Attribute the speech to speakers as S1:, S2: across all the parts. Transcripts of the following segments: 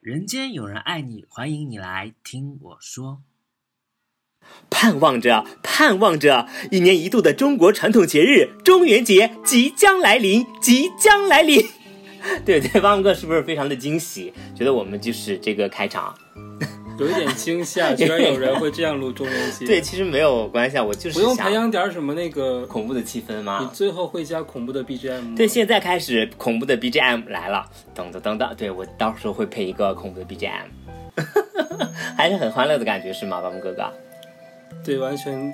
S1: 人间有人爱你，欢迎你来听我说。
S2: 盼望着，盼望着，一年一度的中国传统节日中元节即将来临，即将来临。 对对，汪哥是不是非常的惊喜？觉得我们就是这个开场，
S3: 有一点 惊吓，居然有人会这样录中元节。
S2: 对，，其实没有关系啊，我就是
S3: 不用
S2: 想
S3: 培养点什么那个，
S2: 恐怖的气氛
S3: 你
S2: 嘛。
S3: 最后会加恐怖的 BGM 吗
S2: 对，现在开始恐怖的 BGM 来了，噔噔噔噔，对我到时候会配一个恐怖的 BGM，还是很欢乐的感觉是吗，汪哥哥？
S3: 对，完全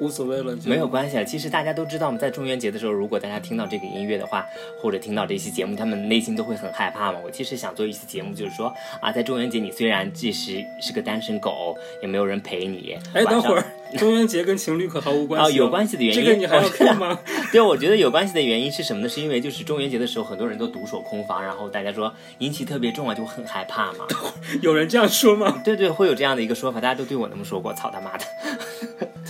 S3: 无所谓了，就
S2: 没有关系啊，其实大家都知道，我们在中元节的时候，如果大家听到这个音乐的话，或者听到这期节目，他们内心都会很害怕嘛。我其实想做一期节目，就是说啊，在中元节，你虽然即使是个单身狗，也没有人陪你。
S3: 哎，等会
S2: 晚
S3: 儿，中元节跟情侣可毫无关系
S2: 啊有关系的原因
S3: 这个你还要 看吗？
S2: 上。对，我觉得有关系的原因是什么呢？是因为就是中元节的时候，很多人都独守空房，然后大家说阴气特别重啊，就很害怕 嘛。
S3: 有人这样说吗？
S2: 对对，会有这样的一个说法，大家都对我那么说过，操他妈的！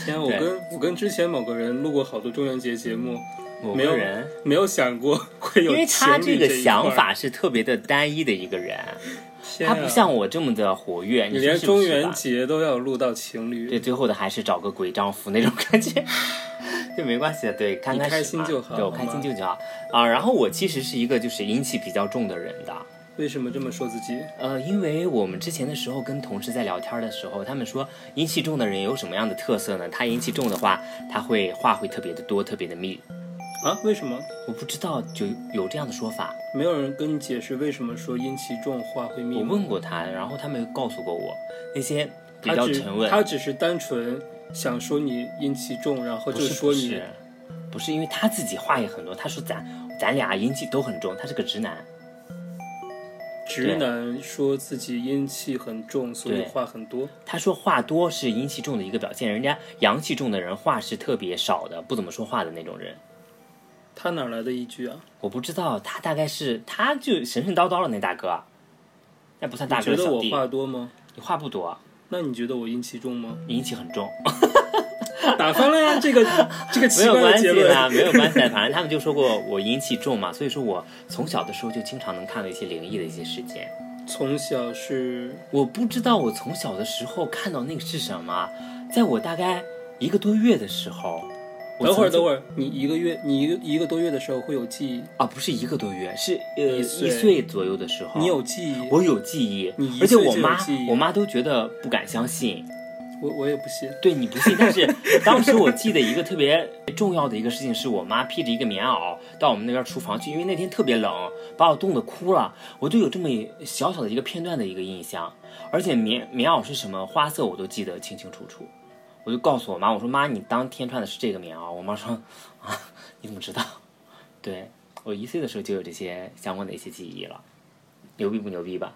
S3: 天啊，我
S2: 对
S3: 跟我跟之前某个人录过好多中元节节目，
S2: 某
S3: 没有
S2: 个人，
S3: 没有想过会有
S2: 因为他
S3: 情
S2: 这
S3: 侣
S2: 个
S3: 一块儿
S2: 想，法是特别的单一的一个人。
S3: 天
S2: 他
S3: 啊
S2: 不像我这么的活跃，
S3: 你
S2: 你
S3: 连
S2: 说是不
S3: 中
S2: 是吧
S3: 元节都要录到情侣，
S2: 对最后的还是找个鬼丈夫那种感觉，对，没关系的，对，刚
S3: 你
S2: 开始
S3: 开
S2: 嘛
S3: 心就好
S2: 对我
S3: 好
S2: 开心
S3: 吗
S2: 就就好啊。然后我其实是一个就是阴气比较重的人的，
S3: 为什么这么说自己？
S2: 呃，因为我们之前的时候跟同事在聊天的时候，他们说阴气重的人有什么样的特色呢？他阴气重的话，他会话会特别的多，特别的密。
S3: 啊，为什么
S2: 我不知道就有这样的说法，
S3: 没有人跟你解释为什么说阴气重话会密
S2: 我
S3: 吗？
S2: 问过他，然后他没有告诉过我那些比
S3: 他
S2: 较
S3: 只
S2: 沉稳。
S3: 他只是单纯想说你阴气重，然后
S2: 不
S3: 就是说
S2: 不
S3: 你
S2: 是，不是因为他自己话也很多，他说咱咱俩阴气都很重，他是个直男，
S3: 直男说自己阴气很重，所以
S2: 对
S3: 话很多。
S2: 他说话多是阴气重的一个表现，人家阳气重的人话是特别少的，不怎么说话的那种人。
S3: 他哪来的依据啊？
S2: 我不知道他大概是他就神神叨叨了那大哥，那不算大
S3: 你
S2: 哥
S3: 觉
S2: 的
S3: 得
S2: 小
S3: 我
S2: 弟，
S3: 话多吗？
S2: 你话不多，
S3: 那你觉得我阴气 重吗？
S2: 你阴气很重，
S3: 打翻了呀，这个这个
S2: 没
S3: 奇
S2: 有
S3: 怪
S2: 关
S3: 的
S2: 系
S3: 结
S2: 啦，
S3: 论。
S2: 没有关系啦，反正他们就说过我阴气重嘛，所以说我从小的时候就经常能看到一些灵异的一些事件。
S3: 从小是
S2: 我不知道我从小的时候看到那个是什么，在我大概一个多月的时候，我
S3: 等会儿，等
S2: 儿
S3: 会儿，你一个月，你一个一个多月的时候会有记忆，
S2: 啊，不是一个多月，是呃
S3: 一
S2: 一
S3: 岁
S2: 岁左右的时候，
S3: 你有记忆，
S2: 我有记忆
S3: 你，一
S2: 而且
S3: 岁
S2: 我
S3: 就有
S2: 妈
S3: 记忆
S2: 我妈都觉得不敢相信，
S3: 我我也不信。
S2: 对你不信，但 是当时我记得一个特别重要的一个事情，是我妈披着一个棉袄到我们那边厨房去，因为那天特别冷，把我冻得哭了。我就有这么一小小的一个片段的一个印象，而且棉棉袄是什么花色我都记得清清楚楚。我就告诉我妈，我说妈，你当天穿的是这个棉袄。我妈说啊，你怎么知道？对我一岁的时候就有这些相关的一些记忆了，牛逼不牛逼吧？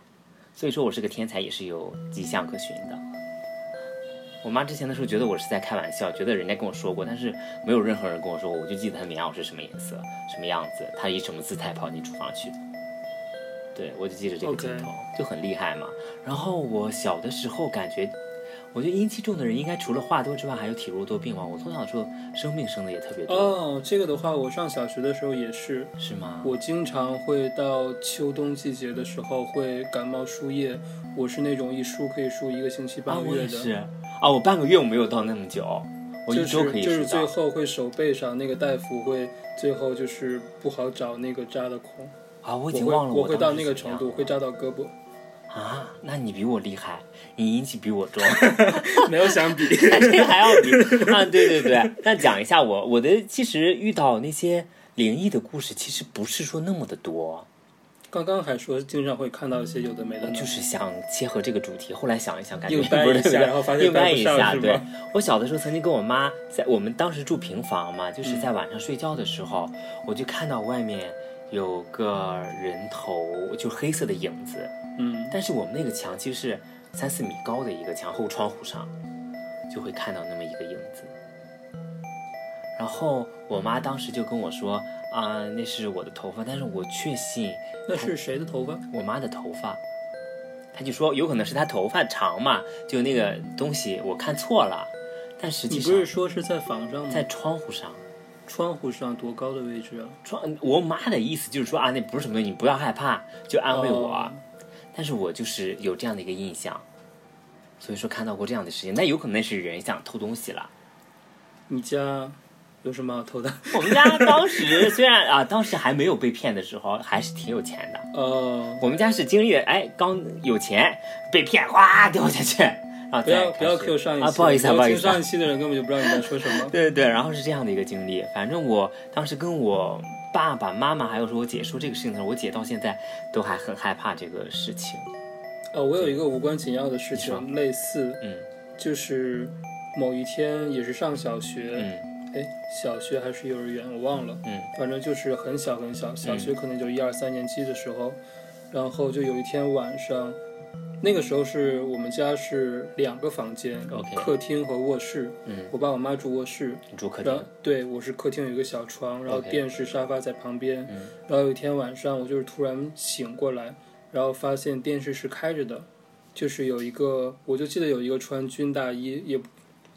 S2: 所以说我是个天才，也是有迹象可循的。我妈之前的时候觉得我是在开玩笑，觉得人家跟我说过，但是没有任何人跟我说过，我就记得她棉袄是什么颜色、什么样子，她以什么姿态跑进厨房去的。对，我就记得这个
S3: OK
S2: 镜头就很厉害嘛。然后我小的时候感觉，我觉得阴气重的人应该除了话多之外，还有体弱多病吧。我从小的时候生病生的也特别多，
S3: 哦，这个的话，我上小学的时候也是，
S2: 是吗？
S3: 我经常会到秋冬季节的时候会感冒输液，我是那种一输可以输一个星期半
S2: 啊，
S3: 个
S2: 我
S3: 月
S2: 也
S3: 的，
S2: 是啊，我半个月我没有到那么久，我
S3: 就
S2: 一周可
S3: 是
S2: 以
S3: 就是
S2: 知
S3: 最
S2: 道。
S3: 后会手背上那个大夫会最后就是不好找那个扎的孔，
S2: 啊，我
S3: 我
S2: 已经
S3: 会
S2: 忘了
S3: 我会
S2: 当
S3: 到
S2: 时
S3: 那个
S2: 怎么
S3: 程
S2: 样
S3: 度会扎到 胳膊，
S2: 啊，那你比我厉害，你阴气比我重，
S3: 没有相比，
S2: 这个还要比啊，对对对。那讲一下我我的，其实遇到那些灵异的故事，其实不是说那么的多，
S3: 刚刚还说经常会看到一些有的没的呢，
S2: 哦就是想切合这个主题。后来想一想，感觉
S3: 硬掰
S2: 不是
S3: 一
S2: 特别
S3: 下然后发现
S2: 硬掰
S3: 掰不
S2: 一
S3: 上
S2: 下。
S3: 是吗
S2: 对，我小的时候曾经跟我妈在我们当时住平房嘛，就是
S3: 嗯
S2: 在晚上睡觉的时候，我就看到外面有个人头，就黑色的影子。
S3: 嗯，
S2: 但是我们那个墙其实是三四米高的一个墙，后窗户上就会看到那么一个影子。然后我妈当时就跟我说：“啊、那是我的头发。”但是我确信
S3: 那是谁的头发？
S2: 我妈的头发，她就说有可能是她头发长嘛，就那个东西我看错了。但实
S3: 你
S2: 际
S3: 不
S2: 上
S3: 是说是在房上吗？
S2: 在窗户上，
S3: 窗户上多高的位置啊？
S2: 窗我妈的意思就是说啊，那不是什么东西，你不要害怕，就安慰我。
S3: 哦
S2: 但是我就是有这样的一个印象，所以说看到过这样的事情，那有可能是人想偷东西了。
S3: 你家有什么好偷的？
S2: 我们家当时虽然啊，当时还没有被骗的时候，还是挺有钱的。
S3: 呃，
S2: 我们家是经历了，哎，刚有钱被骗，哗掉下去，然后
S3: 不要
S2: 再
S3: 不要
S2: 开始
S3: Q 上一期
S2: 啊，不好意思啊，
S3: 我
S2: 不好意
S3: 听
S2: 思啊
S3: 上一期的人根本就不知道你在说什么。
S2: 对对对，然后是这样的一个经历。反正我当时跟我爸爸妈妈还有说我姐说这个事情的时候，我姐到现在都还很害怕这个事情。
S3: 呃，我有一个无关紧要的事情，类似，
S2: 嗯，
S3: 就是某一天也是上小学，
S2: 嗯
S3: 哎、小学还是幼儿园，我忘了，
S2: 嗯，
S3: 反正就是很小很小，小学可能就一二三年级的时候，然后就有一天晚上，那个时候是我们家是两个房间
S2: OK
S3: 客厅和卧室，
S2: 嗯，
S3: 我爸我妈住卧室，
S2: 住客
S3: 然后
S2: 厅，
S3: 对我是客厅有一个小床，然后
S2: OK
S3: 电视、沙发在旁边。
S2: 嗯
S3: 然后有一天晚上，我就是突然醒过来，然后发现电视是开着的，就是有一个，我就记得有一个穿军大衣，也不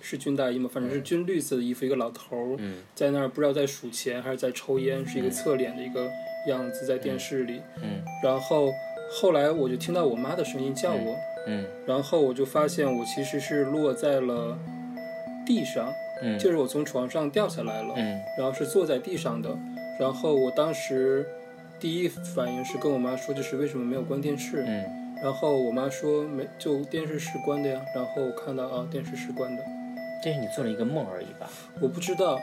S3: 是军大衣嘛，反正是军绿色的衣服，一个老头儿、
S2: 嗯
S3: 在那儿不知道在数钱还是在抽烟，是一个侧脸的一个样子在电视里。
S2: 嗯
S3: 然后后来我就听到我妈的声音叫我，
S2: 嗯
S3: 然后我就发现我其实是落在了地上。
S2: 嗯
S3: 就是我从床上掉下来了，
S2: 嗯
S3: 然后是坐在地上的，然后我当时第一反应是跟我妈说，就是为什么没有关电视？
S2: 嗯，
S3: 然后我妈说没，就电视是关的呀。然后我看到啊，电视是关的，
S2: 这是你做了一个梦而已吧？
S3: 我不知道，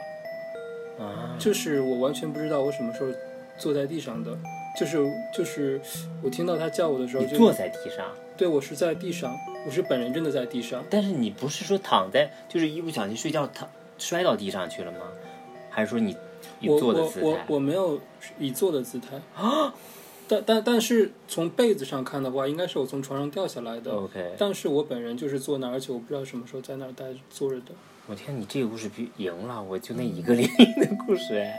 S2: 啊，
S3: 就是我完全不知道我什么时候坐在地上的，就是就是我听到她叫我的时候
S2: 你
S3: 就，
S2: 坐在地上，
S3: 对我是在地上，我是本人真的在地上，
S2: 但是你不是说躺在，就是一不小心睡觉躺摔到地上去了吗？还是说你你
S3: 我
S2: 坐的
S3: 我
S2: 姿
S3: 我
S2: 态？
S3: 我没有以坐的姿态啊，但但但是从被子上看的话，应该是我从床上掉下来的。
S2: OK，
S3: 但是我本人就是坐那儿，而且我不知道什么时候在那儿待着坐着的。
S2: 我天，你这个故事比赢了，我就那一个零的故事哎。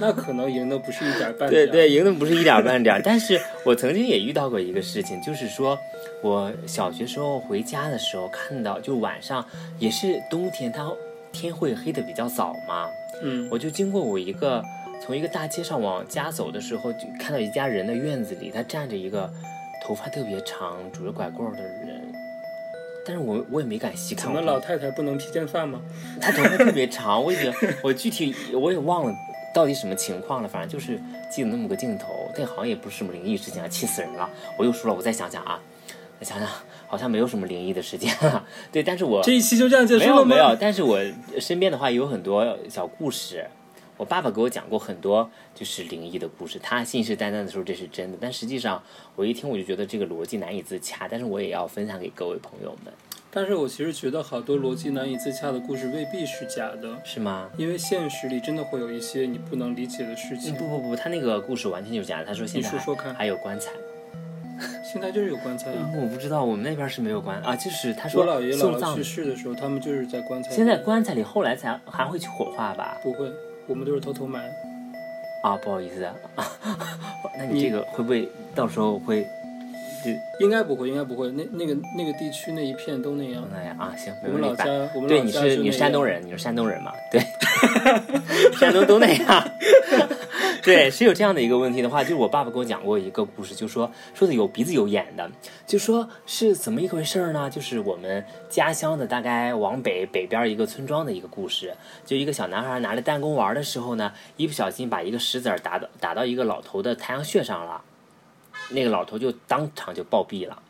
S3: 那可能赢的不是一点儿半
S2: 对
S3: 点儿。
S2: 对，赢的不是一点儿半点儿。但是我曾经也遇到过一个事情，就是说我小学时候回家的时候看到，就晚上也是冬天，它天会黑的比较早嘛，
S3: 嗯，
S2: 我就经过我一个从一个大街上往家走的时候，就看到一家人的院子里，他站着一个头发特别长、拄着拐棍儿的人。但是我我也没敢细看，
S3: 怎么
S2: 我就
S3: 老太太不能披肩发吗？
S2: 他头发特别长，我已经我具体我也忘了到底什么情况了，反正就是记得那么个镜头，但好像也不是什么灵异事情啊，气死人了！我又输了，我再想想啊，再想想，好像没有什么灵异的事件啊。对，但是我
S3: 这一期就这样结
S2: 没
S3: 束
S2: 有
S3: 了
S2: 没
S3: 吗？
S2: 有，但是我身边的话有很多小故事。我爸爸给我讲过很多就是灵异的故事，他信誓旦旦的说这是真的，但实际上我一听我就觉得这个逻辑难以自洽，但是我也要分享给各位朋友们，
S3: 但是我其实觉得好多逻辑难以自洽的故事未必是假的，
S2: 是吗？
S3: 因为现实里真的会有一些你不能理解的事
S2: 嗯
S3: 情。
S2: 不不不，他那个故事完全就是假的。他说现在
S3: 你说
S2: 还
S3: 说看
S2: 还有棺材，
S3: 现在就是有棺材啊，
S2: 我不知道我们那边是没有棺啊，就是他嗯
S3: 我
S2: 说
S3: 姥爷姥
S2: 送
S3: 姥
S2: 葬
S3: 去，世的时候，他们就是在棺材里。
S2: 现在棺材里后来才还会去火化吧？
S3: 不会，我们都是偷偷埋。
S2: 啊，不好意思啊， 那你这个会不会到时候会
S3: 应该不会，应该不会。那那个那个地区那一片都那样。
S2: 那样啊？行，
S3: 我
S2: 没
S3: 们老
S2: 问题
S3: 家
S2: 吧。，
S3: 我们
S2: 对，
S3: 老
S2: 你
S3: 家
S2: 是
S3: 就
S2: 你
S3: 那
S2: 是山
S3: 样
S2: 东人，你是山东人嘛？ 对，山东都那样。 对，是有这样的一个问题的话，就是我爸爸跟我讲过一个故事，就说说的有鼻子有眼的，就说是怎么一回事儿呢？就是我们家乡的大概往北北边一个村庄的一个故事，就一个小男孩拿着弹弓玩的时候呢，一不小心把一个石子儿打到打到一个老头的太阳穴上了，那个老头就当场就暴毙了。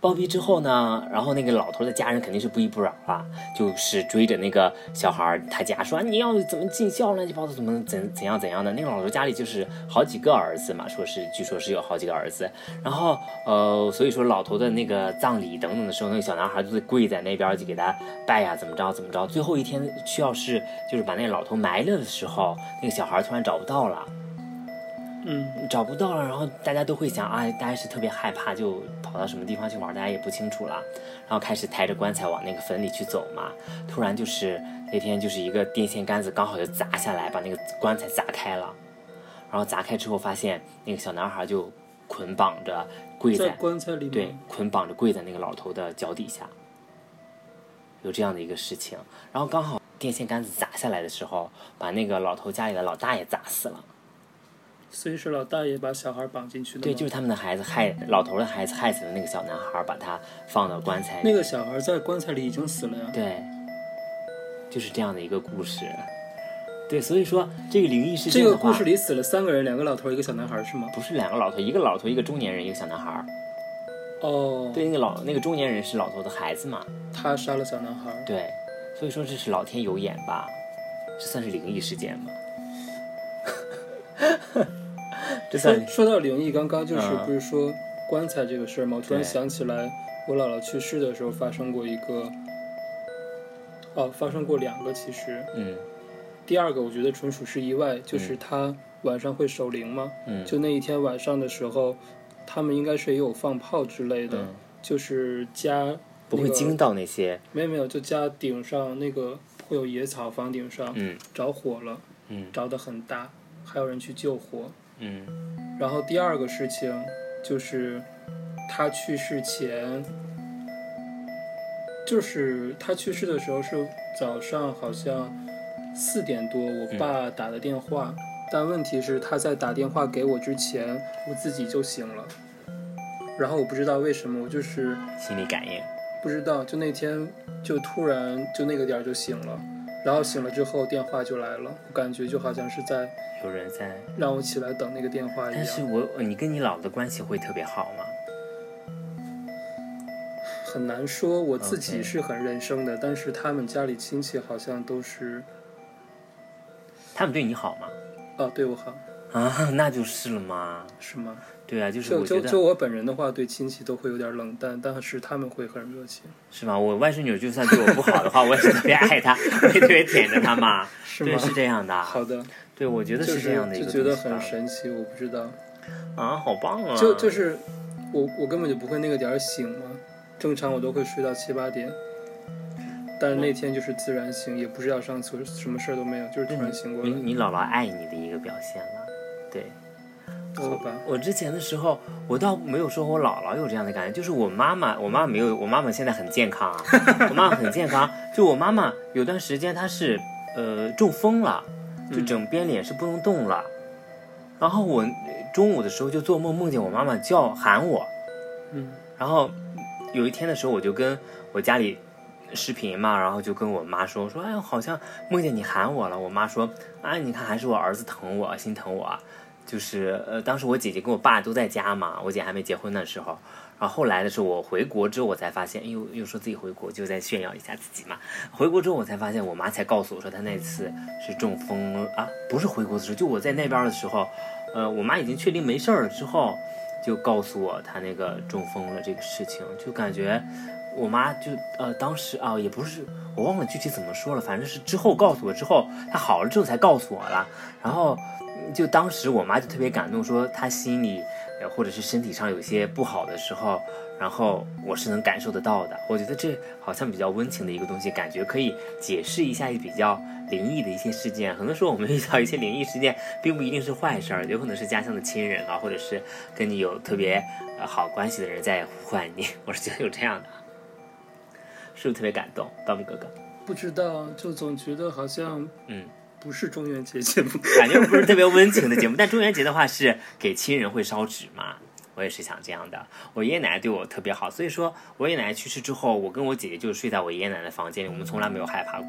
S2: 暴毙之后呢，然后那个老头的家人肯定是不依不饶啊，就是追着那个小孩儿他家说啊你要怎么尽孝，乱七八糟怎么怎怎样怎样的。那个老头家里就是好几个儿子嘛，说是据说是有好几个儿子。然后呃，所以说老头的那个葬礼等等的时候，那个小男孩就跪在那边儿就给他拜呀，怎么着怎么着。最后一天需要是就是把那个老头埋了的时候，那个小孩儿突然找不到了。
S3: 嗯，
S2: 找不到了，然后大家都会想啊，大家是特别害怕，就跑到什么地方去玩，大家也不清楚了。然后开始抬着棺材往那个坟里去走嘛。突然就是那天就是一个电线杆子刚好就砸下来，把那个棺材砸开了。然后砸开之后发现那个小男孩就捆绑着跪
S3: 在嗯
S2: 在
S3: 棺材里吗
S2: 对，捆绑着跪在那个老头的脚底下，有这样的一个事情。然后刚好电线杆子砸下来的时候，把那个老头家里的老大爷砸死了。
S3: 所以是老大爷把小孩绑进去的
S2: 对，
S3: 吗？
S2: 就是他们的孩子害老头的孩子害死了那个小男孩，把他放到棺材里。
S3: 那个小孩在棺材里已经死了呀。
S2: 对，就是这样的一个故事。对，所以说这个灵异事
S3: 这
S2: 件
S3: 个
S2: 的话，
S3: 故事里死了三个人，两个老头儿，一个小男孩儿，是吗？
S2: 不是两个老头，一个老头，一个中年人，一个小男孩儿。
S3: 哦，
S2: 对，那个老那个中年人是老头的孩子嘛？
S3: 他杀了小男孩儿。
S2: 对，所以说这是老天有眼吧？这算是灵异事件吗？ 这算
S3: 说说到灵异，刚刚就是
S2: 嗯
S3: 不是说棺材这个事儿吗？我突然
S2: 对
S3: 想起来，我姥姥去世的时候发生过一个，哦，发生过两个。其实
S2: 嗯
S3: 第二个我觉得纯属是意外，就是他晚上会守灵吗？
S2: 嗯
S3: 就那一天晚上的时候，他们应该是也有放炮之类的，
S2: 嗯，
S3: 就是家
S2: 不会惊到那些
S3: 没有没有，就家顶上那个会有野草，房顶上
S2: 嗯
S3: 着火了，
S2: 嗯
S3: 着得很大，还有人去救火。
S2: 嗯
S3: 然后第二个事情就是他去世前，就是他去世的时候是早上好像四点多，我爸打的电话，但问题是他在打电话给我之前，我自己就醒了。然后我不知道为什么，我就是
S2: 心理感应。
S3: 不知道，就那天就突然就那个点儿就醒了，然后醒了之后电话就来了，我感觉就好像是在
S2: 有人在，
S3: 让我起来等那个电话一
S2: 但是
S3: 样，
S2: 我呃你跟你姥的关系会特别好吗？
S3: 很难说。我自己
S2: OK
S3: 是很认生的，但是他们家里亲戚好像都是
S2: 他们对你好吗？
S3: 啊，对我好
S2: 啊， 那就是了嘛。
S3: 是吗？
S2: 对啊，就是
S3: 就
S2: 我觉
S3: 就
S2: 得
S3: 就我本人的话，对亲戚都会有点冷淡，但是他们会很热情，
S2: 是吧？我外甥女就算对我不好的话，我也是特别爱她， 我也特别舔着她嘛。
S3: 是
S2: 对，
S3: 吗？
S2: 是这样的。
S3: 好的，
S2: 对，我觉得
S3: 就是
S2: 这样的一
S3: 就
S2: 个
S3: 觉得
S2: 东西吧
S3: 很神奇，我不知道，
S2: 啊，好棒啊！
S3: 就就是我我根本就不会那个点儿醒嘛，正常我都会睡到七八点，但是
S2: 嗯
S3: 那天就是自然醒，也不知道上厕所什么事儿都没有，就是突然醒过
S2: 你
S3: 来，
S2: 你姥姥爱你的一个表现了。对
S3: 好吧。
S2: 我之前的时候，我倒没有说我姥姥有这样的感觉，就是我妈妈，我妈妈没有，我妈妈现在很健康啊，我妈妈很健康。就我妈妈有段时间她是呃中风了，就整边脸是不能动了。然后我呃中午的时候就做梦，梦见我妈妈叫喊我，
S3: 嗯
S2: 然后有一天的时候，我就跟我家里视频嘛，然后就跟我妈说说，哎，我好像梦见你喊我了。我妈说，哎，你看还是我儿子疼我，心疼我。就是呃，当时我姐姐跟我爸都在家嘛，我姐还没结婚的时候。然后后来的时候，我回国之后，我才发现，哎呦，又说自己回国，就在炫耀一下自己嘛。回国之后，我才发现，我妈才告诉我说，她那次是中风啊，不是回国的时候，就我在那边的时候，呃，我妈已经确定没事儿了之后，就告诉我她那个中风了这个事情，就感觉我妈就呃当时啊也不是我忘了具体怎么说了，反正是之后告诉我之后，她好了之后才告诉我了，然后嗯就当时我妈就特别感动，说她心里呃或者是身体上有些不好的时候。然后我是能感受得到的，我觉得这好像比较温情的一个东西，感觉可以解释一下比较灵异的一些事件。很多时候我们遇到一些灵异事件，并不一定是坏事儿，有可能是家乡的亲人啊，或者是跟你有特别呃好关系的人在呼唤你。我是觉得有这样的，是不是特别感动？盗墓哥哥，
S3: 不知道，就总觉得好像
S2: 嗯，
S3: 不是中元 节节目。
S2: 感觉不是特别温情的节目，但中元节的话是给亲人会烧纸嘛。我也是想这样的，我爷爷奶奶对我特别好，所以说我爷爷奶奶去世之后，我跟我姐姐就睡在我爷爷奶奶房间里，我们从来没有害怕过。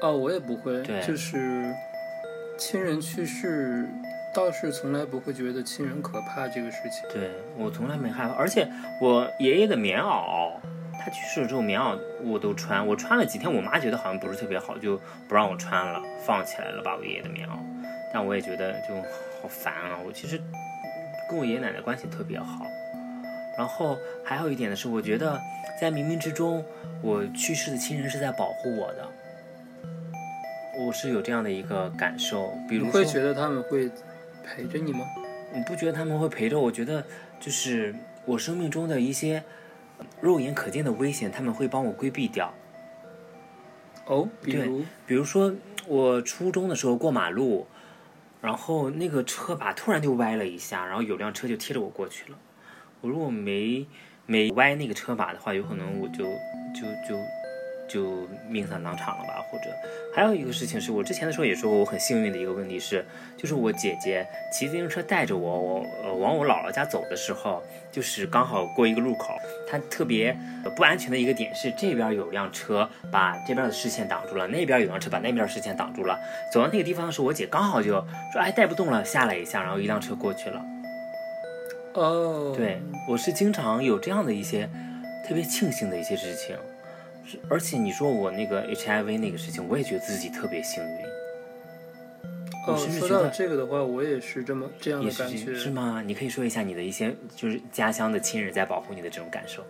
S3: 哦，我也不会
S2: 对，
S3: 就是亲人去世，倒是从来不会觉得亲人可怕这个事情。
S2: 对我从来没害怕，而且我爷爷的棉袄，他去世了之后棉袄我都穿，我穿了几天，我妈觉得好像不是特别好，就不让我穿了，放起来了吧我爷爷的棉袄。但我也觉得就好烦啊，我其实跟我爷爷奶奶关系特别好。然后还有一点的是，我觉得在冥冥之中，我去世的亲人是在保护我的，我是有这样的一个感受。比
S3: 你
S2: 如
S3: 会
S2: 说。
S3: 觉得他们会陪着你吗？
S2: 你不觉得他们会陪着？我觉得就是我生命中的一些肉眼可见的危险，他们会帮我规避掉。
S3: 哦，比
S2: 对
S3: 如
S2: 比如说我初中的时候过马路，然后那个车把突然就歪了一下，然后有辆车就贴着我过去了。我如果没没歪那个车把的话，有可能我就就就就命丧当场了吧？或者还有一个事情是我之前的时候也说过，我很幸运的一个问题是，就是我姐姐骑自行车带着我，我呃往我姥姥家走的时候，就是刚好过一个路口，它特别呃不安全的一个点是这边有辆车把这边的视线挡住了，那边有辆车把那边的视线挡住了。走到那个地方的时候，我姐刚好就说哎带不动了，下来一下，然后一辆车过去了。
S3: 哦，
S2: 对，我是经常有这样的一些特别庆幸的一些事情，是而且你说我那个 HIV 那个事情，我也觉得自己特别幸运，我
S3: 哦，
S2: 甚至
S3: 说
S2: 觉得
S3: 到这个的话，我也是这么这样
S2: 也
S3: 的
S2: 是
S3: 感
S2: 这
S3: 觉，
S2: 是吗？你可以说一下你的一些就是家乡的亲人在保护你的这种感受，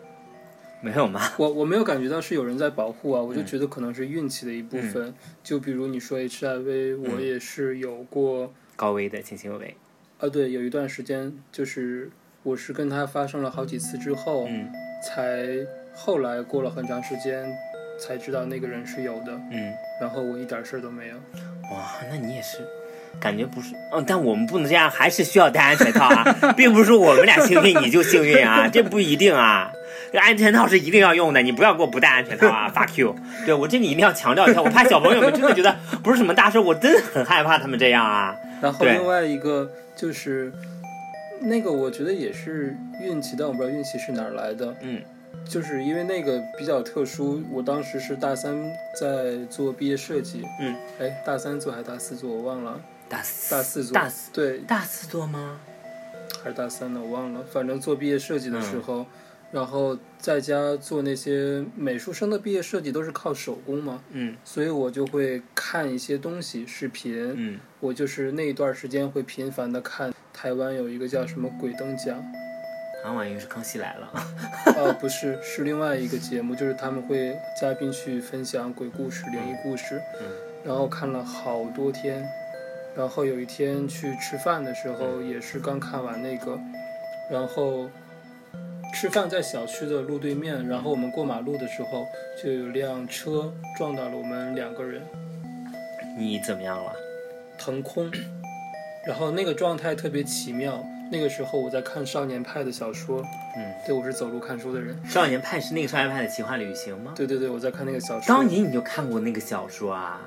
S2: 没有吗？嗯
S3: 我我没有感觉到是有人在保护啊，我就觉得可能是运气的一部分。就比如你说 HIV，我
S2: 嗯
S3: 也是有过、
S2: 高危的，津津有为，
S3: 啊，对，有一段时间就是我是跟他发生了好几次之后，
S2: 嗯
S3: 才后来过了很长时间才知道那个人是有的，
S2: 嗯，
S3: 然后我一点事儿都没有。
S2: 哇，那你也是。感觉不是，嗯，但我们不能这样，还是需要戴安全套啊，并不是我们俩幸运你就幸运啊，这不一定啊。这安全套是一定要用的，你不要给我不戴安全套啊 ，fuck you！对我这里一定要强调一下，我怕小朋友们真的觉得不是什么大事，我真的很害怕他们这样啊。
S3: 然后
S2: 对
S3: 另外一个就是那个，我觉得也是运气，但我不知道运气是哪儿来的。
S2: 嗯，
S3: 就是因为那个比较特殊，我当时是大三在做毕业设计。
S2: 嗯，
S3: 哎，大三做还是大四做？我忘了，
S2: 大四
S3: 大四做。
S2: 大四
S3: 对，
S2: 大四多吗？
S3: 还是大三呢？我忘了。反正做毕业设计的
S2: 嗯
S3: 时候，然后在家做那些美术生的毕业设计都是靠手工嘛，
S2: 嗯
S3: 所以我就会看一些东西视频。
S2: 嗯，
S3: 我就是那一段时间会频繁的看台湾有一个叫什么鬼灯奖，
S2: 好像又是康熙来了。
S3: 啊，不是，是另外一个节目，就是他们会嘉宾去分享鬼故事、灵异故事，
S2: 嗯
S3: 然后看了好多天，然后有一天去吃饭的时候，
S2: 嗯
S3: 也是刚看完那个，然后吃饭在小区的路对面，然后我们过马路的时候，就有辆车撞到了我们两个人，
S2: 你怎么样了？
S3: 腾空，然后那个状态特别奇妙。那个时候我在看少年派的小说，
S2: 嗯，
S3: 对我是走路看书的人，
S2: 少年派是那个少年派的奇幻旅行吗？
S3: 对对对，我在看那个小说。
S2: 当年你就看过那个小说啊？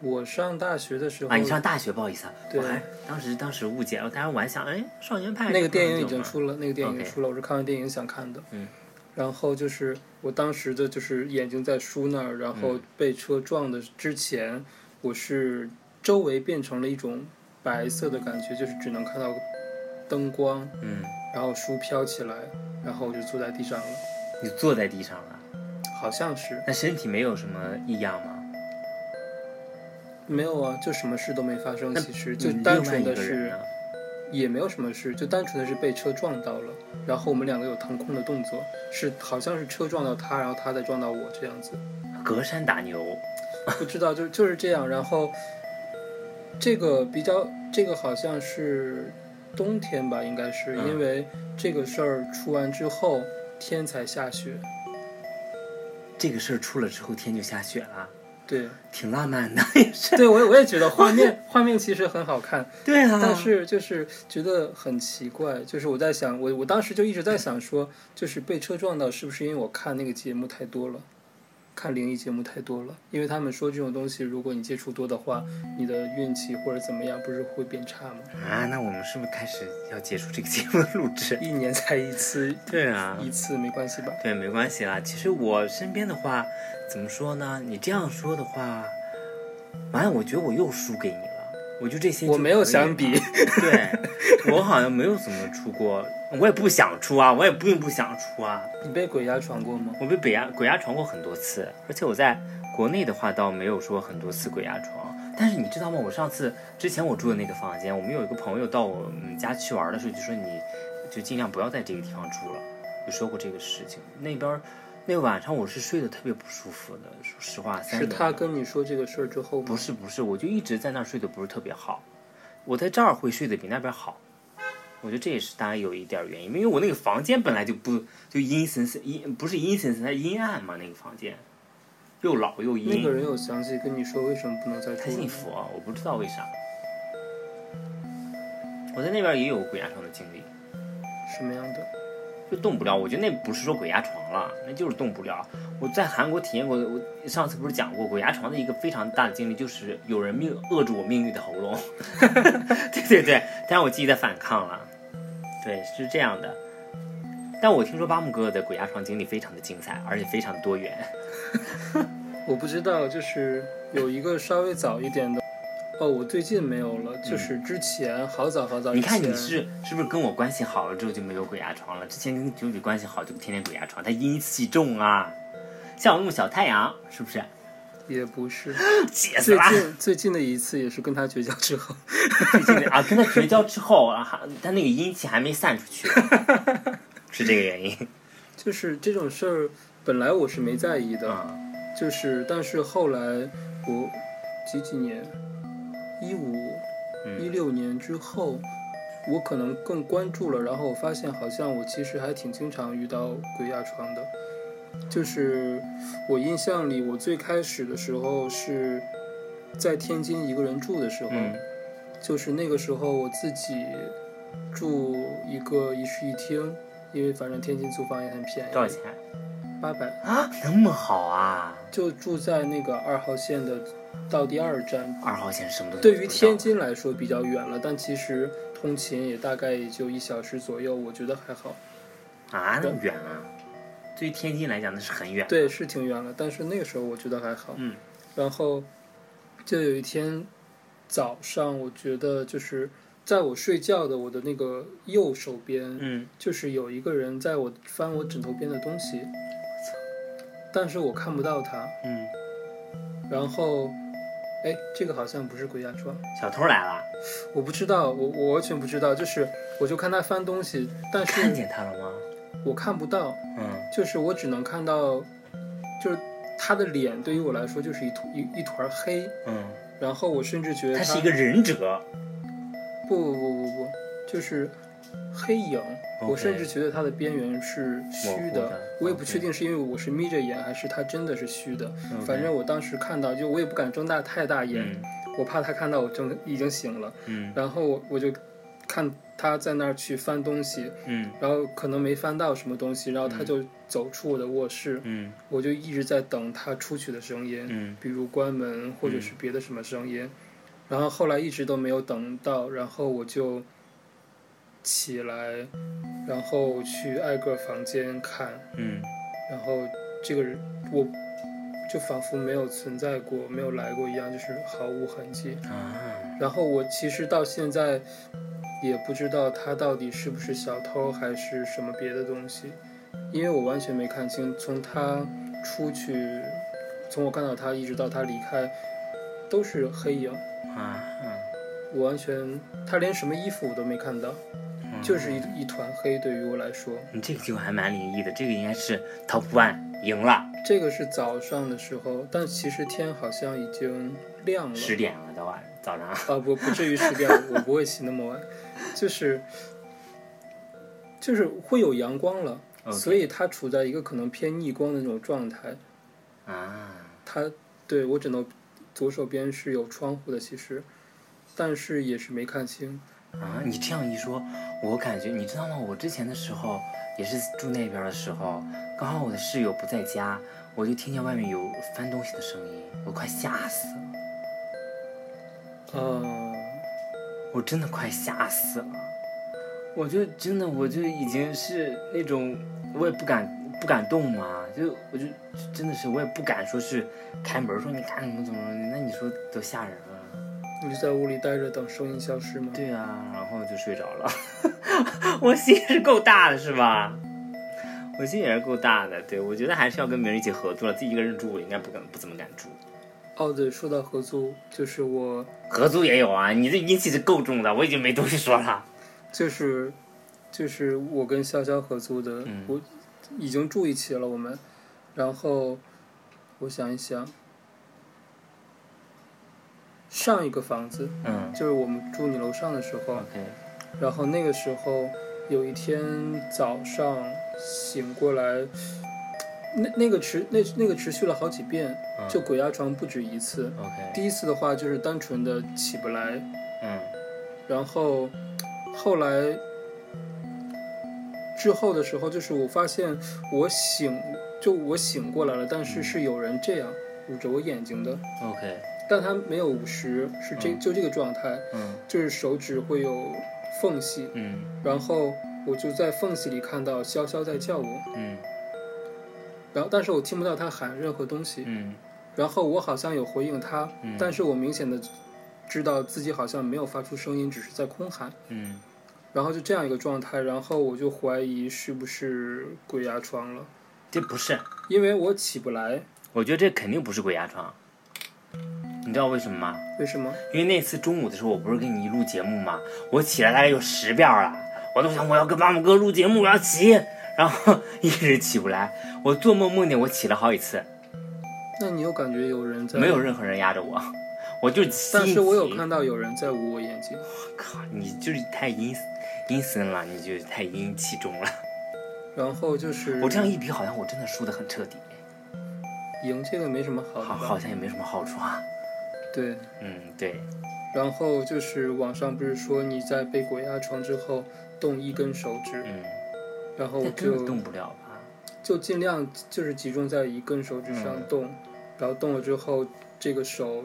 S3: 我上大学的时候，
S2: 啊，你上大学，不好意思啊，
S3: 对
S2: 我还当时当时误解了，大家我还想，哎，少年派
S3: 那个电影已
S2: 这
S3: 经
S2: 么久吗
S3: 出了，那个电影已经
S2: OK
S3: 出了，我是看完电影想看的。
S2: 嗯。
S3: 然后就是我当时的就是眼睛在书那儿，然
S2: 嗯
S3: 后被车撞的之前，我是周围变成了一种白色的感觉，就是只能看到灯光，
S2: 嗯，
S3: 然后书飘起来，然后我就坐在地上了，
S2: 你坐在地上了，
S3: 好像是
S2: 那身体没有什么异样吗？
S3: 没有啊，就什么事都没发生，
S2: 那
S3: 其实就
S2: 你
S3: 单
S2: 另外
S3: 纯
S2: 一
S3: 的
S2: 个
S3: 是
S2: 人呢？
S3: 也没有什么事，就单纯的是被车撞到了，然后我们两个有腾空的动作，是好像是车撞到他，然后他再撞到我这样子，
S2: 隔山打牛，
S3: 不知道就就是这样。然后这个比较，这个好像是冬天吧，应该是、
S2: 嗯
S3: 因为这个事儿出完之后天才下雪，
S2: 这个事儿出了之后，天就下雪了，
S3: 对，
S2: 挺浪漫的，也是。
S3: 对我也我也觉得画面画面其实很好看，
S2: 对啊，
S3: 但是就是觉得很奇怪，就是我在想，我我当时就一直在想说，就是被车撞到是不是因为我看那个节目太多了，看灵异节目太多了，因为他们说这种东西，如果你接触多的话，你的运气或者怎么样，不是会变差吗？
S2: 啊，那我们是不是开始要结束这个节目的录制？
S3: 一年才一次，
S2: 对啊，
S3: 一次没关系吧？
S2: 对，没关系啦。其实我身边的话，怎么说呢？你这样说的话，完了，我觉得我又输给你了。我就这些，
S3: 我没有相比，
S2: 对我好像没有怎么出过，我也不想出啊，我也并不想出啊。
S3: 你被鬼压床过吗？
S2: 我被鬼压鬼压床过很多次，而且我在国内的话倒没有说很多次鬼压床。但是你知道吗？我上次之前我住的那个房间，我们有一个朋友到我们家去玩的时候就说你就尽量不要在这个地方住了，有说过这个事情。那边儿那晚上我是睡得特别不舒服的，说实话，三
S3: 是
S2: 点
S3: 他
S2: 了
S3: 跟你说这个事儿之后吗
S2: 不？是不是，我就一直在那儿睡得不是特别好，我在这儿会睡得比那边好，我觉得这也是大概有一点原因，因为我那个房间本来就不就阴森森阴不是阴森森，它阴暗嘛那个房间，又老又阴。
S3: 那个人有详细跟你说为什么不能再
S2: 他
S3: 住了
S2: 信
S3: 吗？
S2: 佛，啊我不知道为啥。我在那边也有鬼压床的经历，
S3: 什么样的？
S2: 就动不了。我觉得那不是说鬼压床了，那就是动不了。我在韩国体验过，我上次不是讲过鬼压床的一个非常大的经历，就是有人命扼住我命运的喉咙。 对对对，但我自己在反抗了。对，是这样的。但我听说巴木哥的鬼压床经历非常的精彩，而且非常的多元。
S3: 我不知道，就是有一个稍微早一点的，哦，我最近没有了，就是之前好早好早
S2: 嗯
S3: 以
S2: 你
S3: 前。
S2: 看你是是不是跟我关系好了之后就没有鬼压床了？之前跟九九关系好就天天鬼压床，他阴气重啊。像我那种小太阳，是不是？
S3: 也不是，
S2: 气死
S3: 最
S2: 了！
S3: 近最近的一次也是跟他绝交之后，
S2: 最近的啊，跟他绝交之后啊，还他那个阴气还没散出去，是这个原因
S3: 就是这种事儿本来我是没在意的，
S2: 啊、
S3: 就是，但是后来我几几年，一五
S2: 嗯
S3: 一六年之后，我可能更关注了，然后我发现好像我其实还挺经常遇到鬼压床的，就是我印象里，我最开始的时候是在天津一个人住的时候，
S2: 嗯
S3: 就是那个时候我自己住一个一室一厅，因为反正天津租房也很便
S2: 多少
S3: 宜，
S2: 钱
S3: 八百。
S2: 啊？那么好啊！
S3: 就住在那个二号线的到第二站。
S2: 二号线什么都
S3: 对于天津来说比较远了，但其实通勤也大概也就一小时左右，我觉得还好。
S2: 啊，那么远啊！对于天津来讲，那是很远。
S3: 对，是挺远了，但是那个时候我觉得还好。
S2: 嗯
S3: 然后就有一天早上，我觉得就是在我睡觉的我的那个右手边，
S2: 嗯，
S3: 就是有一个人在我翻我枕头边的东西，但是我看不到他。
S2: 嗯。
S3: 然后，哎，这个好像不是鬼压床。
S2: 小偷来了，
S3: 我不知道，我我完全不知道，就是我就看他翻东西，但
S2: 看
S3: 是
S2: 见他了吗？
S3: 我看不到，
S2: 嗯，
S3: 就是我只能看到，就是他的脸对于我来说就是一坨一一团黑，
S2: 嗯，
S3: 然后我甚至觉得
S2: 他是一个忍者，
S3: 不不不不不，就是黑影
S2: OK
S3: 我甚至觉得它的边缘是虚
S2: 模糊
S3: 的
S2: 的
S3: 我也不
S2: OK
S3: 确定是因为我是眯着眼还是它真的是虚的
S2: OK
S3: 反正我当时看到就我也不敢睁大太大眼，
S2: 嗯
S3: 我怕他看到我睁已经醒了。
S2: 嗯
S3: 然后我我就看他在那儿去翻东西，
S2: 嗯
S3: 然后可能没翻到什么东西，然后他
S2: 嗯
S3: 就走出我的卧室，
S2: 嗯
S3: 我就一直在等他出去的声音，
S2: 嗯
S3: 比如关门或者是别的什么声音，然后后来一直都没有等到，然后我就起来，然后去挨个房间看，
S2: 嗯，
S3: 然后这个人我就仿佛没有存在过，没有来过一样，就是毫无痕迹。
S2: 啊，
S3: 然后我其实到现在也不知道他到底是不是小偷还是什么别的东西，因为我完全没看清。从他出去，从我看到他一直到他离开，都是黑影，
S2: 啊，
S3: 我完全他连什么衣服我都没看到，
S2: 嗯
S3: 就是一一团黑。对于我来说，
S2: 你这个就还蛮灵异的，这个应该是 top one 赢了，
S3: 这个是早上的时候，但其实天好像已经亮了，
S2: 十点了到晚早上，
S3: 啊，不不至于十点，我不会起那么晚，就是就是会有阳光了
S2: OK
S3: 所以它处在一个可能偏逆光的那种状态。
S2: 啊，
S3: 它对我枕头左手边是有窗户的，其实，但是也是没看清。
S2: 啊，你这样一说，我感觉你知道吗？我之前的时候也是住那边的时候，刚好我的室友不在家，我就听见外面有翻东西的声音，我快吓死了，
S3: 啊，
S2: 我真的快吓死了。我就真的我就已经是那种我也不敢不敢动嘛，就我就真的是我也不敢说是开门说你看怎么怎么，那你说多吓人啊。
S3: 你就在屋里待着等声音消失吗？
S2: 对啊，然后就睡着了。 我心也是够大的，是吧？我心也是够大的，对我觉得还是要跟别人一起合租了，自己一个人住我应该不敢不怎么敢住。
S3: 哦，对，说到合租，就是我
S2: 合租也有啊，你这阴气是够重的，我已经没东西说了。
S3: 就是就是我跟潇潇合租的，
S2: 嗯
S3: 我已经住一起了，我们。然后我想一想，上一个房子
S2: 嗯
S3: 就是我们住你楼上的时候，
S2: ，OK，
S3: 然后那个时候有一天早上醒过来，那那个持那那个持续了好几遍，
S2: 嗯
S3: 就鬼压床不止一次。
S2: OK，
S3: 第一次的话就是单纯的起不来，
S2: 嗯
S3: 然后后来之后的时候，就是我发现我醒，就我醒过来了，但是是有人这样捂着我眼睛的，
S2: 嗯 OK，
S3: 但他没有五十，是这就这个状态，
S2: 嗯
S3: 就是手指会有缝隙，
S2: 嗯
S3: 然后我就在缝隙里看到潇潇在叫我，
S2: 嗯
S3: 然后但是我听不到他喊任何东西，
S2: 嗯
S3: 然后我好像有回应他，
S2: 嗯
S3: 但是我明显的知道自己好像没有发出声音，只是在空喊。
S2: 嗯
S3: 然后就这样一个状态，然后我就怀疑是不是鬼压床了，
S2: 这不是，
S3: 因为我起不来。
S2: 我觉得这肯定不是鬼压床，你知道为什么吗？
S3: 为什么？
S2: 因为那次中午的时候，我不是跟你录节目吗？我起来大概有十遍了，我都想我要跟妈妈哥录节目，我要起，然后一直起不来。我做梦梦见我起了好几次，
S3: 那你有感觉有人在？
S2: 没有。任何人压着我，我就
S3: 但是我有
S2: 起
S3: 看到有人在捂我眼睛。
S2: 靠，你就是太阴阴森了，你就是太阴气重了。
S3: 然后就是
S2: 我这样一比，好像我真的输得很彻底，
S3: 赢这个没什么好的
S2: 好，
S3: 吧？
S2: 好像也没什么好处啊。
S3: 对。
S2: 嗯，对，
S3: 然后就是网上不是说你在被鬼压床之后动一根手指，
S2: 嗯，
S3: 然后
S2: 那
S3: 我
S2: 根本
S3: 就
S2: 动不了吧？
S3: 就尽量就是集中在一根手指上动，然后动了之后，这个手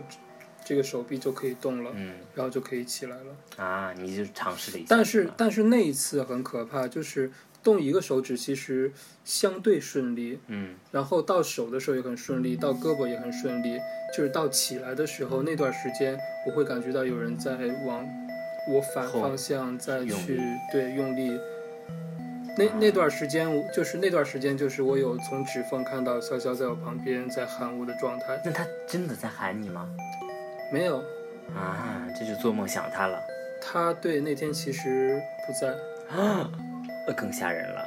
S3: 这个手臂就可以动了，
S2: 嗯
S3: 然后就可以起来了。
S2: 啊，你就尝试了一下，
S3: 但是但是那一次很可怕，就是动一个手指其实相对顺利，
S2: 嗯
S3: 然后到手的时候也很顺利，到胳膊也很顺利，就是到起来的时候那段时间，我会感觉到有人在往我反
S2: 后
S3: 方向再
S2: 用
S3: 去
S2: 力嗯
S3: 对用力。那那段时间，我就是那段时间，就是我有从指缝看到潇潇在我旁边在喊我的状态，
S2: 那他真的在喊你吗？
S3: 没有，
S2: 啊，这就做梦想他了，
S3: 他对那天其实不在，
S2: 呃更吓人了。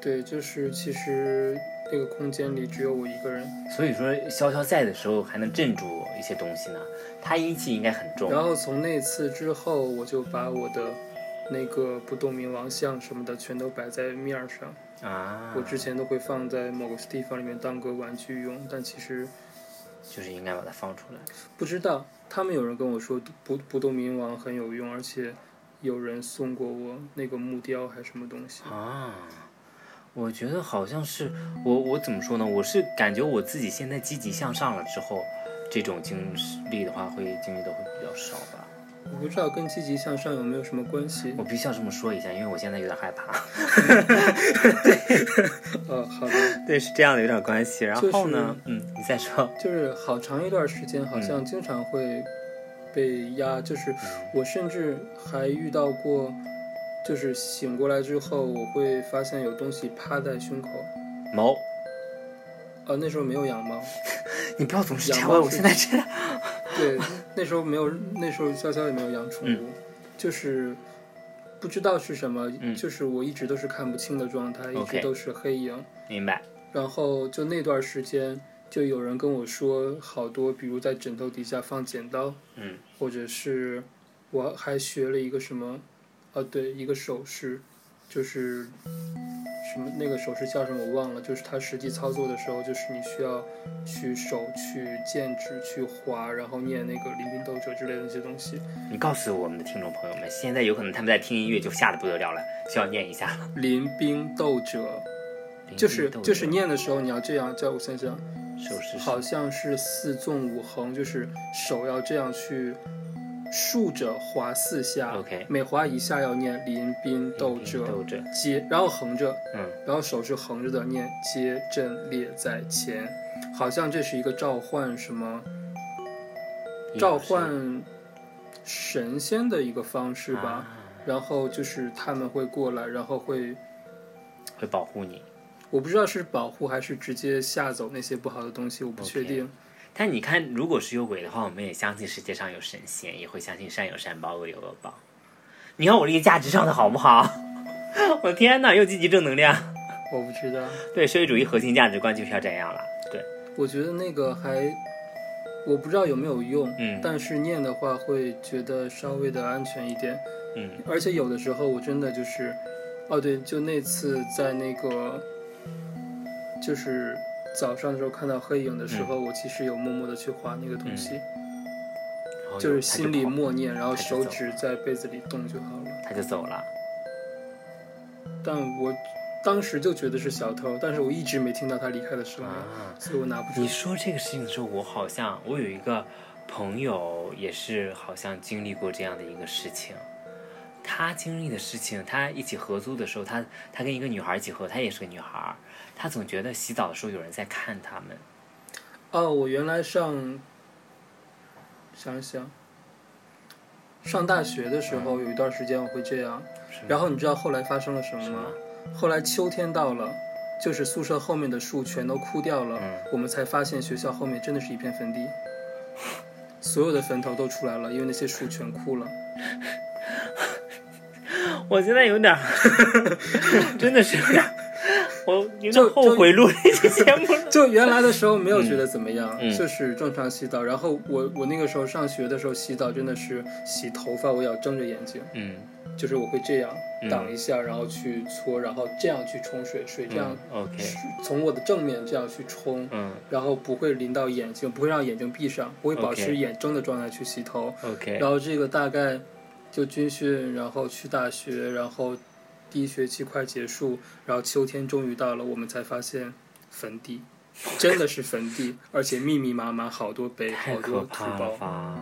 S3: 对，就是其实那个空间里只有我一个人。
S2: 所以说，潇潇在的时候还能镇住一些东西呢，他阴气应该很重。
S3: 然后从那次之后，我就把我的那个不动明王像什么的全都摆在面儿上。
S2: 啊，
S3: 我之前都会放在某个地方里面当个玩具用，但其实
S2: 就是应该把它放出来。
S3: 不知道。他们有人跟我说不不动明王很有用，而且有人送过我那个木雕还是什么东西。
S2: 啊，我觉得好像是我，我怎么说呢？我是感觉我自己现在积极向上了之后，这种经历的话会经历的会比较少吧。
S3: 我不知道跟积极向上有没有什么关系
S2: 我。必须要这么说一下，因为我现在有点害怕。
S3: 呃，好的，
S2: 对，是这样的，有点关系。然后呢，
S3: 就
S2: 嗯，你再说。
S3: 就是好长一段时间，好
S2: 嗯
S3: 像经常会被压，就是我甚至还遇到过，就是醒过来之后，我会发现有东西趴在胸口。
S2: 毛，
S3: 啊，那时候没有养猫，
S2: 你不要总是这样
S3: 养猫
S2: 我
S3: 是
S2: 现在这样。
S3: 对，那时候没有，那时候潇潇也没有养宠物，
S2: 嗯
S3: 就是不知道是什么，
S2: 嗯
S3: 就是我一直都是看不清的状态，一
S2: OK
S3: 直都是黑影。
S2: 明白。
S3: 然后就那段时间，就有人跟我说好多，比如在枕头底下放剪刀，
S2: 嗯，
S3: 或者是我还学了一个什么，啊，对，一个手势，就是什么那个手势叫什么我忘了，就是它实际操作的时候，就是你需要去手去剑指去划，然后念那个临兵斗者之类的那些东西。
S2: 你告诉我们的听众朋友们，现在有可能他们在听音乐就吓得不得了了，需要念一下了。
S3: 临兵斗者就是
S2: 灵机斗
S3: 就是
S2: 者
S3: 念的时候你要这样，叫我想想，
S2: 手势
S3: 好像是四纵五横，就是手要这样去竖着划四下
S2: OK
S3: 每划一下要念临兵斗者
S2: 斗者，
S3: 接，然后横着，
S2: 嗯，
S3: 然后手是横着的念接阵列在前，好像这是一个召唤什么召唤神仙的一个方
S2: 是
S3: 式吧。？然后就是他们会过来，然后会
S2: 会保护你。
S3: 我不知道是保护还是直接吓走那些不好的东西，我不确
S2: OK
S3: 定。
S2: 但你看，如果是有鬼的话，我们也相信世界上有神仙，也会相信山有山包，恶有恶报。你看我这个价值上的好不好？ 我天哪，又积极正能量。
S3: 我不知道，
S2: 对，社会主义核心价值观就是要这样了。对，
S3: 我觉得那个还我不知道有没有用，
S2: 嗯
S3: 但是念的话会觉得稍微的安全一点。
S2: 嗯
S3: 而且有的时候我真的就是，哦对，就那次在那个，就是早上的时候看到黑影的
S2: 嗯
S3: 时候，我其实有默默的去划那个东西，
S2: 然后
S3: 就
S2: 他
S3: 是心里
S2: 跑
S3: 默念，然后
S2: 他就
S3: 手
S2: 走
S3: 指在被子里动就好了。
S2: 他就走了。
S3: 但我当时就觉得是小偷，但是我一直没听到他离开的声音，
S2: 啊，
S3: 所以我拿不出
S2: 你。说这个事情的时候，我好像我有一个朋友也是好像经历过这样的一个事情。他经历的事情，他一起合租的时候，他他跟一个女孩一起合，她也是个女孩儿，他总觉得洗澡的时候有人在看他们。
S3: 哦，我原来上，想一想，上大学的时候有一段时间我会这样，
S2: 是吗
S3: 然后你知道后来发生了什么
S2: 是
S3: 吗
S2: 吗？？
S3: 后来秋天到了，就是宿舍后面的树全都枯掉了，
S2: 嗯
S3: 我们才发现学校后面真的是一片坟地，所有的坟头都出来了，因为那些树全枯了。
S2: 我现在有点儿， 真的是有点儿，我有点
S3: 就
S2: 儿后悔录这期节目了。
S3: 就原来的时候没有觉得怎么样，
S2: 嗯嗯
S3: 就是正常洗澡。然后我我那个时候上学的时候洗澡真的是洗头发，我要睁着眼睛，
S2: 嗯
S3: 就是我会这样
S2: 嗯
S3: 挡一下，然后去搓，然后这样去冲水，水这样
S2: 嗯、，OK，
S3: 从我的正面这样去冲。
S2: 嗯
S3: 然后不会淋到眼睛，不会让眼睛闭上，我会保
S2: OK
S3: 持眼睁的状态去洗头。
S2: ，OK，
S3: 然后这个大概就军训，然后去大学，然后第一学期快结束，然后秋天终于到了，我们才发现坟地，真的是坟地，而且密密麻麻好多碑，
S2: 太
S3: 好
S2: 可
S3: 多土
S2: 怕了
S3: 包，
S2: 吧！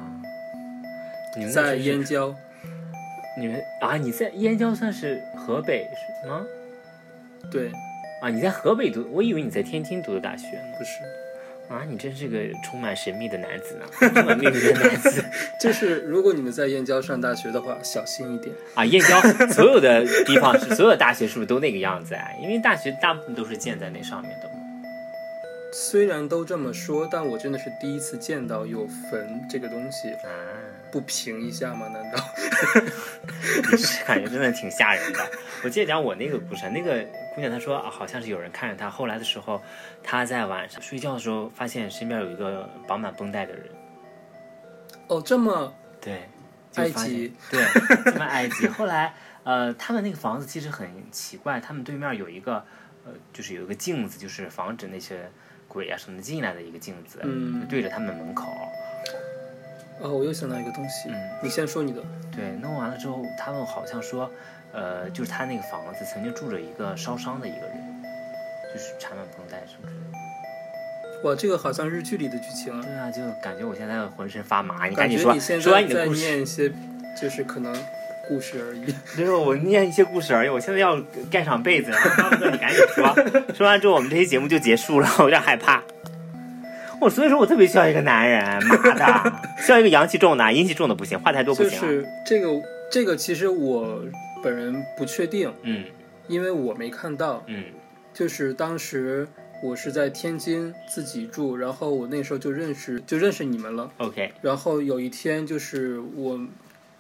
S2: 你们那
S3: 在
S2: 真是
S3: 燕郊，
S2: 你们啊，你在燕郊算是河北是吗？
S3: 对，
S2: 啊，你在河北读，我以为你在天津读的大学呢。
S3: 不是，
S2: 啊，你真是个充满神秘的男子呢，充满秘密的男子
S3: 就是如果你们在燕郊上大学的话，小心一点。
S2: 啊！燕郊所有的地方是，所有的大学是不是都那个样子啊？因为大学大部分都是建在那上面的嘛。
S3: 虽然都这么说，但我真的是第一次见到有坟这个东西，
S2: 啊，
S3: 不评一下吗？难道？
S2: 你是感觉真的挺吓人的。我记得讲我那个故事，那个姑娘她说啊，好像是有人看着她。后来的时候，她在晚上睡觉的时候，发现身边有一个绑满绷带的人。
S3: 哦，这么
S2: 对，就
S3: 埃
S2: 发现
S3: 及，
S2: 对，这么埃 及。后来，呃，他们那个房子其实很奇怪，他们对面有一个，呃，就是有一个镜子，就是防止那些鬼啊什么的进来的一个镜子，
S3: 嗯
S2: 就对着他们门口。
S3: 哦，我又想到一个东西，
S2: 嗯
S3: 你先说你的。
S2: 对，弄完了之后，他们好像说，呃，就是他那个房子曾经住着一个烧伤的一个人，就是缠满绷带什么之类的。
S3: 哇，这个好像日剧里的剧情啊！
S2: 对啊，就感觉我现在浑身发麻，你赶
S3: 感
S2: 紧
S3: 觉
S2: 说，
S3: 你现
S2: 说完
S3: 在
S2: 你的
S3: 在
S2: 故事。
S3: 念一些，就是可能故事而 已。
S2: 只有我念一些故事而已，我现在要盖上被子，然后巴不得你赶紧说， 说完之后我们这期节目就结束了，我有点害怕。我所以说我特别需要一个男人，妈的，需要一个阳气重的，阴气重的不行，话太多不
S3: 就
S2: 行啊、
S3: 是这个，这个其实我本人不确定，
S2: 嗯
S3: 因为我没看到。
S2: 嗯
S3: 就是当时我是在天津自己住，然后我那时候就认识就认识你们了。
S2: ，OK，
S3: 然后有一天就是我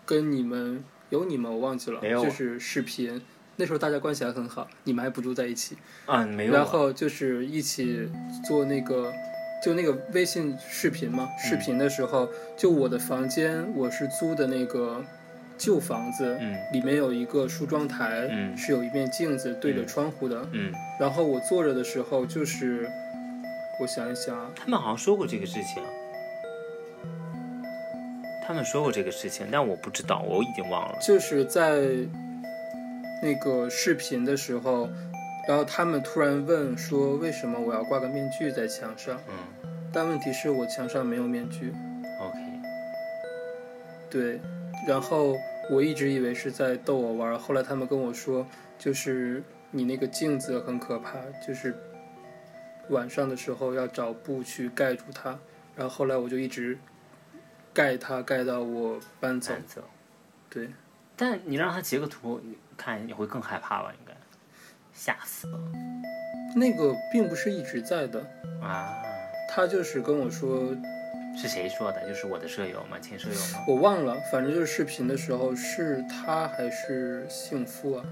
S3: 跟你们有你们我忘记了，
S2: 没有我啊
S3: 就是视频。那时候大家关系还很好，你们还不住在一起。
S2: 嗯，没有
S3: 然
S2: 我，
S3: 后就是一起做那个，就那个微信视频嘛。视
S2: 嗯
S3: 频的时候，就我的房间，我是租的那个旧房子，
S2: 嗯
S3: 里面有一个梳妆台，
S2: 嗯
S3: 是有一面镜子对着
S2: 嗯
S3: 窗户的。
S2: 嗯，
S3: 然后我坐着的时候，就是我想一想啊，
S2: 他们好像说过这个事情，他们说过这个事情，但我不知道，我已经忘了。
S3: 就是在那个视频的时候，然后他们突然问说，为什么我要挂个面具在墙上？
S2: 嗯
S3: 但问题是我墙上没有面具。
S2: ，OK，
S3: 对，然后我一直以为是在逗我玩儿，后来他们跟我说，就是你那个镜子很可怕，就是晚上的时候要找布去盖住它。然后后来我就一直盖它，盖到我搬走
S2: 咱。走。
S3: 对，
S2: 但你让他截个图，你看你会更害怕吧？应该吓死了
S3: 那个并不是一直在的，
S2: 啊！
S3: 他就是跟我说，
S2: 是谁说的？就是我的舍友吗？前舍友吗？
S3: 我忘了，反正就是视频的时候是他还是幸福啊，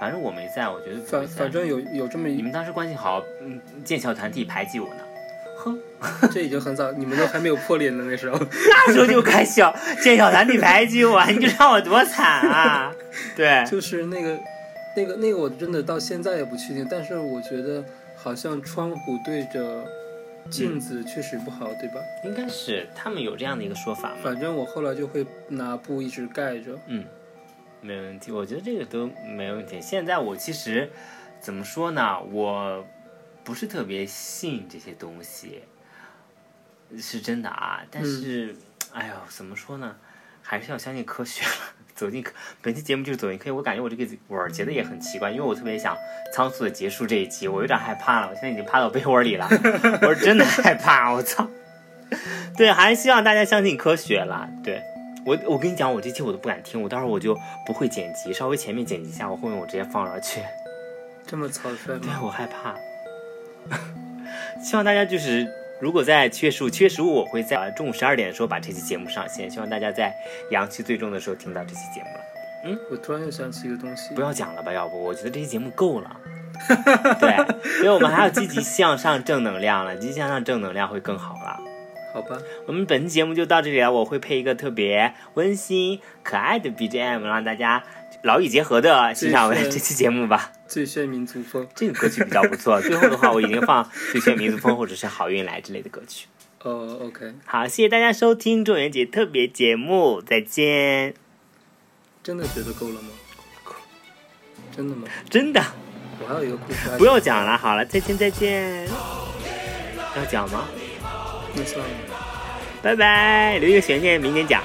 S2: 反正我没在，我觉得不会
S3: 反
S2: 在
S3: 反正有有这么
S2: 你
S3: 一，
S2: 们当时关系好，嗯，剑桥团体排挤我呢。 哼，
S3: 这已经很早，你们都还没有破裂呢那时候。
S2: 那时候就开笑，剑桥团体排挤我，你就让我多惨 啊！对，
S3: 就是那个，那个，那个，我真的到现在也不确定，但是我觉得好像窗户对着镜
S2: 嗯
S3: 子确实不好，对吧？
S2: 应该是他们有这样的一个说法嘛。
S3: 反正我后来就会拿布一直盖着，
S2: 嗯，没问题，我觉得这个都没问题。现在我其实怎么说呢？我不是特别信这些东西，是真的啊。但是，哎呦，怎么说呢？还是要相信科学了。 走进科，本期节目就是走进科学。我感觉我这个我结的也很奇怪，因为我特别想仓促的结束这一集，我有点害怕了。我现在已经趴到被窝里了，我是真的害怕，我操！对，还是希望大家相信科学啦。对我，我跟你讲，我这期我都不敢听，我到时候我就不会剪辑，稍微前面剪辑一下，我后面我直接放上去。
S3: 这么草率
S2: 对
S3: 吗？
S2: 我害怕。 希望大家就是，如果在七月十五，七月十五我会在呃中午十二点的时候把这期节目上线，希望大家在阳气最重的时候听到这期节目了。
S3: 我突然又想起一个东西
S2: 不，要讲了吧，要不我觉得这期节目够了。对，所以我们还要积极向上、正能量了，积极向上、正能量会更好了。
S3: 好吧，
S2: 我们本期节目就到这里了，我会配一个特别温馨、可爱的 BGM，让大家劳逸结合的欣赏我们
S3: 是
S2: 这期节目吧。
S3: 最炫民族风。
S2: 这个歌曲比较不 错，最后的话我已经放《最炫民族风》或者是《好运来》之类的歌曲。
S3: 哦，OK，
S2: 好，谢谢大家收听中元节特别节目，再见。
S3: 真的觉得够了吗？真的吗？
S2: 真的
S3: 我还有一个故事，
S2: 不，要讲了，好了，再见再见。要讲吗？
S3: 那算了。
S2: 拜拜，留一个悬念，明天讲。